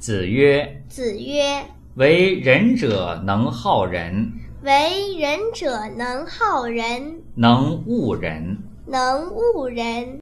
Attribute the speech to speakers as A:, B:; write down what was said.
A: 子曰
B: 子曰：“
A: 为仁者能好人，：“
B: 为仁者能好人，
A: 能恶人。”
B: 能恶人。”